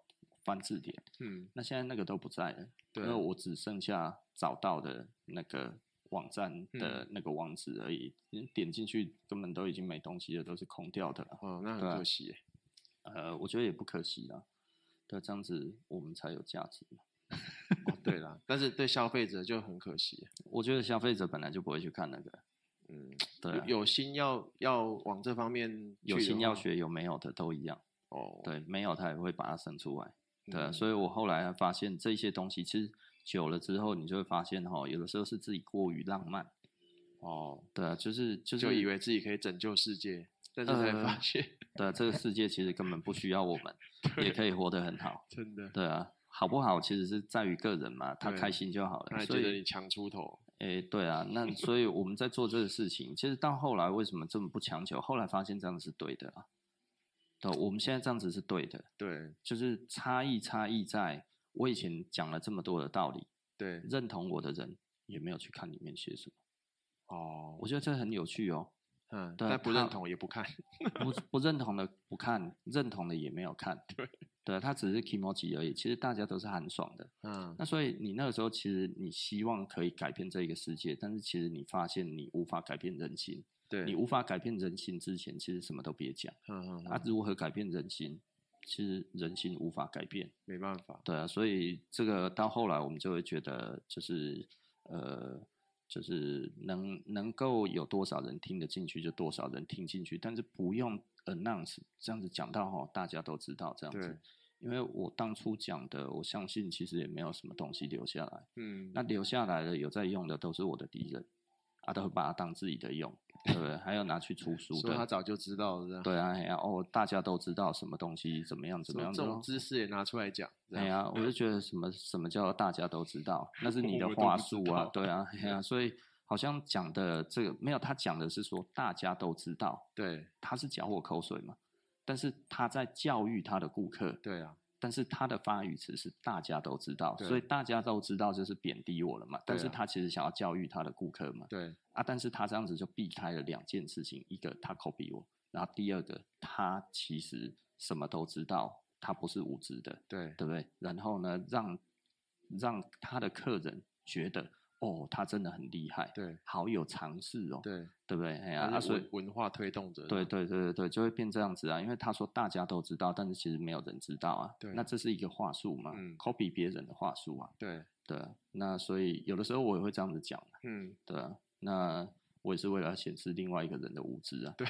Speaker 1: 翻字典。
Speaker 2: 嗯，
Speaker 1: 那现在那个都不在了，
Speaker 2: 对啊
Speaker 1: 因为我只剩下找到的那个网站的
Speaker 2: 嗯
Speaker 1: 那个网址而已，你点进去根本都已经没东西了，都是空掉的了。
Speaker 2: 哦，那很
Speaker 1: 对啊
Speaker 2: 可惜耶。
Speaker 1: 呃，我觉得也不可惜啦，对，这样子我们才有价值嘛。
Speaker 2: 哦对啦，但是对消费者就很可惜耶。
Speaker 1: 我觉得消费者本来就不会去看那个，
Speaker 2: 嗯，
Speaker 1: 对啊、
Speaker 2: 有有心要要往这方面
Speaker 1: 有
Speaker 2: 去的
Speaker 1: 心要
Speaker 2: 话
Speaker 1: 学有没有的都一样，
Speaker 2: 哦，
Speaker 1: 对，没有他也会把它生出来，对啊、
Speaker 2: 嗯
Speaker 1: 所以我后来还发现这些东西其实久了之后，你就会发现哈，有的时候是自己过于浪漫，
Speaker 2: 哦，
Speaker 1: 对啊，就是就是
Speaker 2: 就以为自己可以拯救世界，但是才发
Speaker 1: 呃
Speaker 2: 现 (laughs)
Speaker 1: 对啊，这个世界其实根本不需要我们，也可以活得很好。
Speaker 2: 真的，
Speaker 1: 对啊，好不好其实是在于个人嘛，他
Speaker 2: 对啊
Speaker 1: 开心就好
Speaker 2: 他
Speaker 1: 了。
Speaker 2: 还
Speaker 1: 所
Speaker 2: 觉得
Speaker 1: 以，
Speaker 2: 你强出头，
Speaker 1: 诶，对啊，那所以我们在做这个事情，其实到后来为什么这么不强求？后来发现这样子是对的啊。对，我们现在这样子是对的，
Speaker 2: 对
Speaker 1: 就是差异差异在我以前讲了这么多的道理，
Speaker 2: 对
Speaker 1: 认同我的人也没有去看里面写什么，
Speaker 2: 哦，
Speaker 1: 我觉得这很有趣哦。
Speaker 2: 嗯，
Speaker 1: 对
Speaker 2: 但不认
Speaker 1: 他
Speaker 2: 同也不看，
Speaker 1: 不不认同的不看，认同的也没有看。 (laughs)
Speaker 2: 对，
Speaker 1: 对，他只是 i m o j i 而已。其实大家都是寒爽的。
Speaker 2: 嗯
Speaker 1: 那所以你那个时候，其实你希望可以改变这一个世界，但是其实你发现你无法改变人心。
Speaker 2: 对，
Speaker 1: 你无法改变人心之前，其实什么都别讲。
Speaker 2: 嗯嗯
Speaker 1: 啊
Speaker 2: 嗯，，
Speaker 1: 如何改变人心？其实人心无法改变。
Speaker 2: 没办法，
Speaker 1: 对啊，所以这个到后来我们就会觉得，就是呃，就是能能够有多少人听得进去，就多少人听进去，但是不用 announce 这样子讲到哈，大家都知道这样
Speaker 2: 对
Speaker 1: 子。因为我当初讲的，我相信其实也没有什么东西留下来。
Speaker 2: 嗯，
Speaker 1: 那留下来的有在用的都是我的敌人，啊，都会把它当自己的用，对不对？还有拿去出书
Speaker 2: 说他
Speaker 1: 的，
Speaker 2: 早就知道了这样，
Speaker 1: 对啊，哎呀、哦，大家都知道什么东西怎么样怎么
Speaker 2: 说
Speaker 1: 样，
Speaker 2: 这
Speaker 1: 怎么
Speaker 2: 种
Speaker 1: 样
Speaker 2: 知识也拿出来讲，这
Speaker 1: 哎
Speaker 2: 样，嗯
Speaker 1: 呀，我就觉得什么什么叫大家都知道，那是你
Speaker 2: (laughs) 我
Speaker 1: 的
Speaker 2: 们都
Speaker 1: 话
Speaker 2: 不知
Speaker 1: 术啊
Speaker 2: 道，
Speaker 1: 对啊，哎呀，所以好像讲的这个没有，他讲的是说大家都知道，
Speaker 2: 对
Speaker 1: 他是嚼我口水嘛，但是他在教育他的顾客，
Speaker 2: 对啊，
Speaker 1: 但是他的发语词是大家都知道，
Speaker 2: 对
Speaker 1: 所以大家都知道就是贬低我了嘛，但
Speaker 2: 对
Speaker 1: 是
Speaker 2: 啊
Speaker 1: 他其实想要教育他的顾客嘛，
Speaker 2: 对
Speaker 1: 啊，但是他这样子就避开了两件事情，一个他 copy 我，然后第二个他其实什么都知道，他不是无知的。
Speaker 2: 对
Speaker 1: 对不对？然后呢，让让他的客人觉得哦，他真的很厉害，
Speaker 2: 对
Speaker 1: 好有尝试哦，
Speaker 2: 对，
Speaker 1: 对不对？哎呀，
Speaker 2: 它
Speaker 1: 啊，
Speaker 2: 是
Speaker 1: 所以
Speaker 2: 文文化推动者，
Speaker 1: 对对对对对，就会变这样子啊，因为他说大家都知道，但是其实没有人知道啊，
Speaker 2: 对
Speaker 1: 那这是一个话术嘛、
Speaker 2: 嗯
Speaker 1: c o p y 别人的话术啊，
Speaker 2: 对，
Speaker 1: 对啊，那所以有的时候我也会这样子讲啊，
Speaker 2: 嗯，
Speaker 1: 对啊，那我也是为了显示另外一个人的无知啊，
Speaker 2: 对，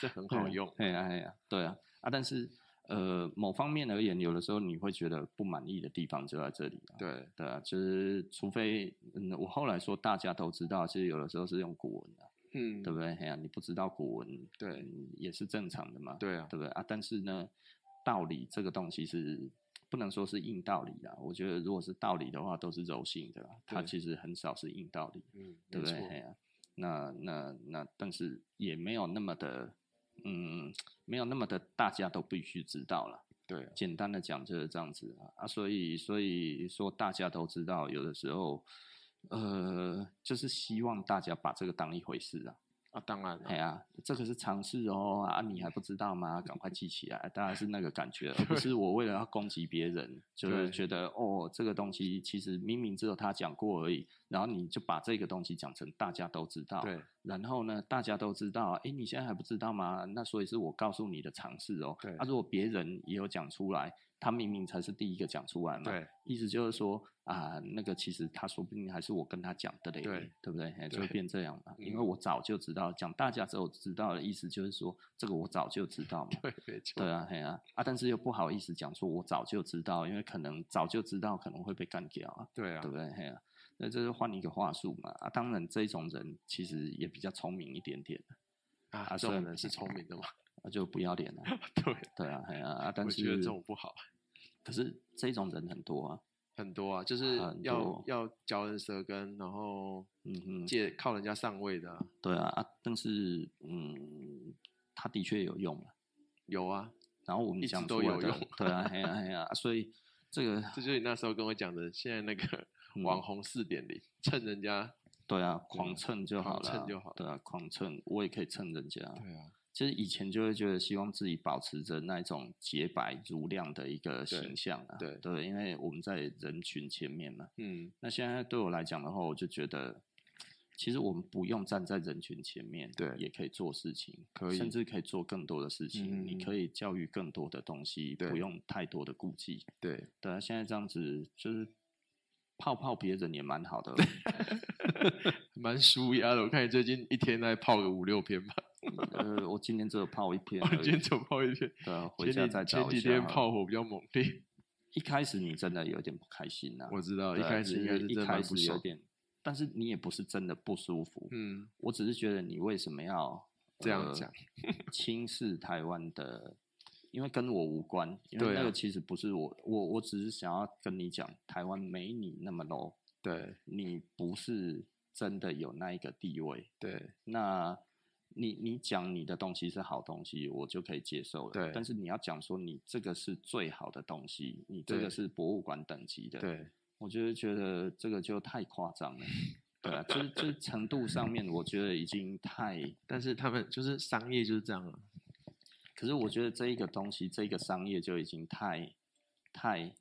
Speaker 2: 这很好用，
Speaker 1: 哎呀哎呀，对啊啊，但是呃，某方面而言，有的时候你会觉得不满意的地方就在这里、啊，
Speaker 2: 对
Speaker 1: 对啊，就是除非嗯，我后来说大家都知道，其实有的时候是用古文的、啊，
Speaker 2: 嗯
Speaker 1: 对不对？哎呀、你不知道古文，
Speaker 2: 对
Speaker 1: 嗯也是正常的嘛，
Speaker 2: 对啊，
Speaker 1: 对不对啊？但是呢，道理这个东西是不能说是硬道理啦。我觉得如果是道理的话，都是柔性的啦，它
Speaker 2: 对
Speaker 1: 其实很少是硬道理，
Speaker 2: 嗯，
Speaker 1: 对
Speaker 2: 没
Speaker 1: 不对？
Speaker 2: 错
Speaker 1: 嘿啊那那那，但是也没有那么的，嗯，没有那么的，大家都必须知道了。
Speaker 2: 对啊，
Speaker 1: 简单的讲就是这样子啊啊，所以所以说大家都知道，有的时候，呃，就是希望大家把这个当一回事啊。
Speaker 2: 啊，当然
Speaker 1: 哎
Speaker 2: 了，
Speaker 1: 呀，这个是尝试哦啊，你还不知道吗？赶快记起来，当然是那个感觉，而不是我为了要攻击别人，就是
Speaker 2: 对
Speaker 1: 觉得哦，这个东西其实明明只有他讲过而已，然后你就把这个东西讲成大家都知道，
Speaker 2: 对
Speaker 1: 然后呢，大家都知道，哎，你现在还不知道吗？那所以是我告诉你的尝试哦。
Speaker 2: 对
Speaker 1: 啊，如果别人也有讲出来，他明明才是第一个讲出来嘛。
Speaker 2: 对， (laughs)
Speaker 1: 意思就是说啊、那个其实他说不定还是我跟他讲的嘞，
Speaker 2: 对
Speaker 1: 对不对？哎，就
Speaker 2: 对
Speaker 1: 会变这样嘛。因为
Speaker 2: 嗯
Speaker 1: 我早就知道，讲大家都知道的意思就是说，这个我早就知道嘛。
Speaker 2: 对，没错，
Speaker 1: 对啊，嘿啊，啊，但是又不好意思讲说我早就知道，因为可能早就知道可能会被干掉啊。
Speaker 2: 对啊
Speaker 1: 对，不对？嘿啊，那这是换一个话术嘛。啊，当然这种人其实也比较聪明一点点，
Speaker 2: 啊，
Speaker 1: 啊
Speaker 2: 这种
Speaker 1: 算
Speaker 2: 人是聪明的嘛， (laughs)
Speaker 1: 啊，就不要脸了、
Speaker 2: 对，
Speaker 1: 对啊，嘿啊，啊，但
Speaker 2: 我
Speaker 1: 是
Speaker 2: 觉得这种不好，
Speaker 1: 可是这种人很多啊，
Speaker 2: 很多啊，就是
Speaker 1: 很
Speaker 2: 要
Speaker 1: 多
Speaker 2: 要嚼人舌根，然后
Speaker 1: 嗯哼
Speaker 2: 借靠人家上位的啊，
Speaker 1: 对啊，啊，但是嗯，他的确有用啊。
Speaker 2: 有啊，
Speaker 1: 然后我们
Speaker 2: 一直
Speaker 1: 讲
Speaker 2: 都
Speaker 1: 出来
Speaker 2: 有
Speaker 1: 的
Speaker 2: 用
Speaker 1: 对啊，嘿啊，嘿啊，啊所以这个
Speaker 2: 这就是你那时候跟我讲的，现在那个
Speaker 1: (laughs) 嗯
Speaker 2: 网红四点零，趁人家，
Speaker 1: 对啊，
Speaker 2: 啊
Speaker 1: 狂蹭就
Speaker 2: 狂
Speaker 1: 好了
Speaker 2: 蹭
Speaker 1: 啊，
Speaker 2: 就好
Speaker 1: 对啊，狂蹭，我也可以蹭人家啊。
Speaker 2: 啊，
Speaker 1: 其实以前就会觉得希望自己保持着那一种洁白如亮的一个
Speaker 2: 对
Speaker 1: 形象啊，
Speaker 2: 对
Speaker 1: 对，因为我们在人群前面嘛。
Speaker 2: 嗯，
Speaker 1: 那现在对我来讲的话，我就觉得，其实我们不用站在人群前面，
Speaker 2: 对
Speaker 1: 也可以做事情，
Speaker 2: 可以
Speaker 1: 甚至可以做更多的事情。
Speaker 2: 嗯
Speaker 1: 你可以教育更多的东西，
Speaker 2: 对
Speaker 1: 不用太多的顾忌。
Speaker 2: 对，
Speaker 1: 对啊，现在这样子就是泡泡别人也蛮
Speaker 2: (laughs)
Speaker 1: 好的，
Speaker 2: 蛮舒压的。我看你最近一天在泡个五六篇吧，
Speaker 1: 呃，我今天只有泡一篇
Speaker 2: 我
Speaker 1: 而
Speaker 2: 哦今 (laughs) 天
Speaker 1: 已。
Speaker 2: 只有泡一篇，
Speaker 1: 对啊，回家
Speaker 2: 前
Speaker 1: 再
Speaker 2: 几
Speaker 1: 找
Speaker 2: 前
Speaker 1: 一
Speaker 2: 几
Speaker 1: 下
Speaker 2: 天
Speaker 1: 好了
Speaker 2: 炮火比较猛烈，
Speaker 1: 一开始你真的有点不开心呐、
Speaker 2: (laughs) 我知道一
Speaker 1: 对啊
Speaker 2: 开
Speaker 1: 其
Speaker 2: 始应该
Speaker 1: 实
Speaker 2: 是
Speaker 1: 一
Speaker 2: 真的
Speaker 1: 开
Speaker 2: 蛮不
Speaker 1: 始有
Speaker 2: 爽，
Speaker 1: 点，但是你也不是真的不舒服，
Speaker 2: 嗯，
Speaker 1: 我只是觉得你为什么要
Speaker 2: 这样
Speaker 1: 呃
Speaker 2: 讲
Speaker 1: 轻视台湾的？因为跟我无关，因为
Speaker 2: 对
Speaker 1: 那
Speaker 2: 啊
Speaker 1: 个其实不是我，我我只是想要跟你讲，台湾没你那么 low，
Speaker 2: 对
Speaker 1: 你不是真的有那一个地位。
Speaker 2: 对
Speaker 1: 那你你讲你的东西是好东西，我就可以接受了。
Speaker 2: 对
Speaker 1: 但是你要讲说你这个是最好的东西，你这
Speaker 2: 对
Speaker 1: 个是博物馆等级的，
Speaker 2: 对，
Speaker 1: 我就是觉得这个就太夸张
Speaker 2: (laughs)
Speaker 1: 了，对啊，就是就是程度上面，我觉得已经太。
Speaker 2: 但是他们就是商业就是这样啊，
Speaker 1: 可是我觉得这一个东西，这一个商业就已经太太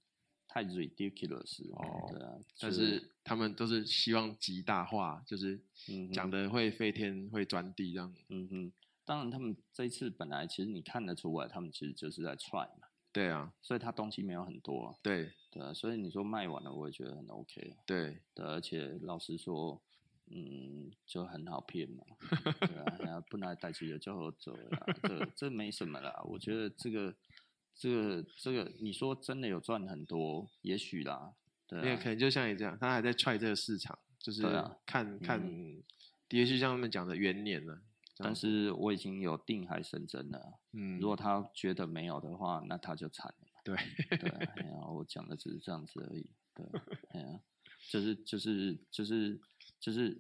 Speaker 1: 太 ridiculous 了，
Speaker 2: 哦
Speaker 1: 对啊。就
Speaker 2: 但
Speaker 1: 是
Speaker 2: 他们都是希望极大化，就是
Speaker 1: 嗯哼
Speaker 2: 讲的会飞天会钻地这样，
Speaker 1: 嗯哼，当然他们这一次本来其实你看得出来，他们其实就是在踹嘛，
Speaker 2: 对啊，
Speaker 1: 所以他东西没有很多啊、
Speaker 2: 对
Speaker 1: 对啊。所以你说卖完了，我也觉得很 OK 啊。
Speaker 2: 对
Speaker 1: 对，而且老实说，嗯，就很好骗嘛，对啊，哎呀本来代志也就好做啦，啊这这没什么啦。我觉得这个这个这个，你说真的有赚很多，也许啦，对
Speaker 2: 因为
Speaker 1: 啊
Speaker 2: 可，能就像你这样，他还在踹这个市场，就是
Speaker 1: 对啊
Speaker 2: 看看
Speaker 1: 嗯，
Speaker 2: 的确就像他们讲的元年啊了。这样
Speaker 1: 但是我已经有定海神针了啊，
Speaker 2: 嗯，
Speaker 1: 如果他觉得没有的话，那他就惨了嘛。
Speaker 2: 对
Speaker 1: 对啊，哎呀，我讲的只是这样子而已。对啊，哎呀，就是就是就是就是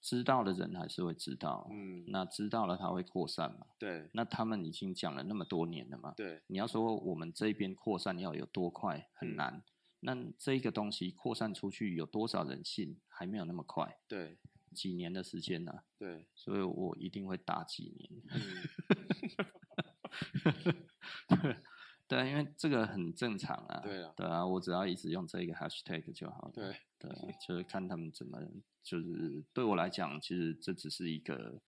Speaker 1: 知道的人还是会知道，
Speaker 2: 嗯
Speaker 1: 那知道了他会扩散嘛？
Speaker 2: 对
Speaker 1: 那他们已经讲了那么多年了嘛？
Speaker 2: 对
Speaker 1: 你要说我们这边扩散要有多快，
Speaker 2: 嗯
Speaker 1: 很难。那这个东西扩散出去有多少人信，还没有那么快，
Speaker 2: 对
Speaker 1: 几年的时间呢、
Speaker 2: 对，
Speaker 1: 所以我
Speaker 3: 嗯
Speaker 1: 一定会打几年。
Speaker 2: 嗯，
Speaker 1: (laughs) 对啊，因为这个很正常啊。
Speaker 3: 对啊，
Speaker 1: 对啊，我只要一直用这个 hashtag 就好了。啊
Speaker 3: 对， (laughs)
Speaker 1: 对啊，就是看他们怎么，就是对我来讲，其实这只是一个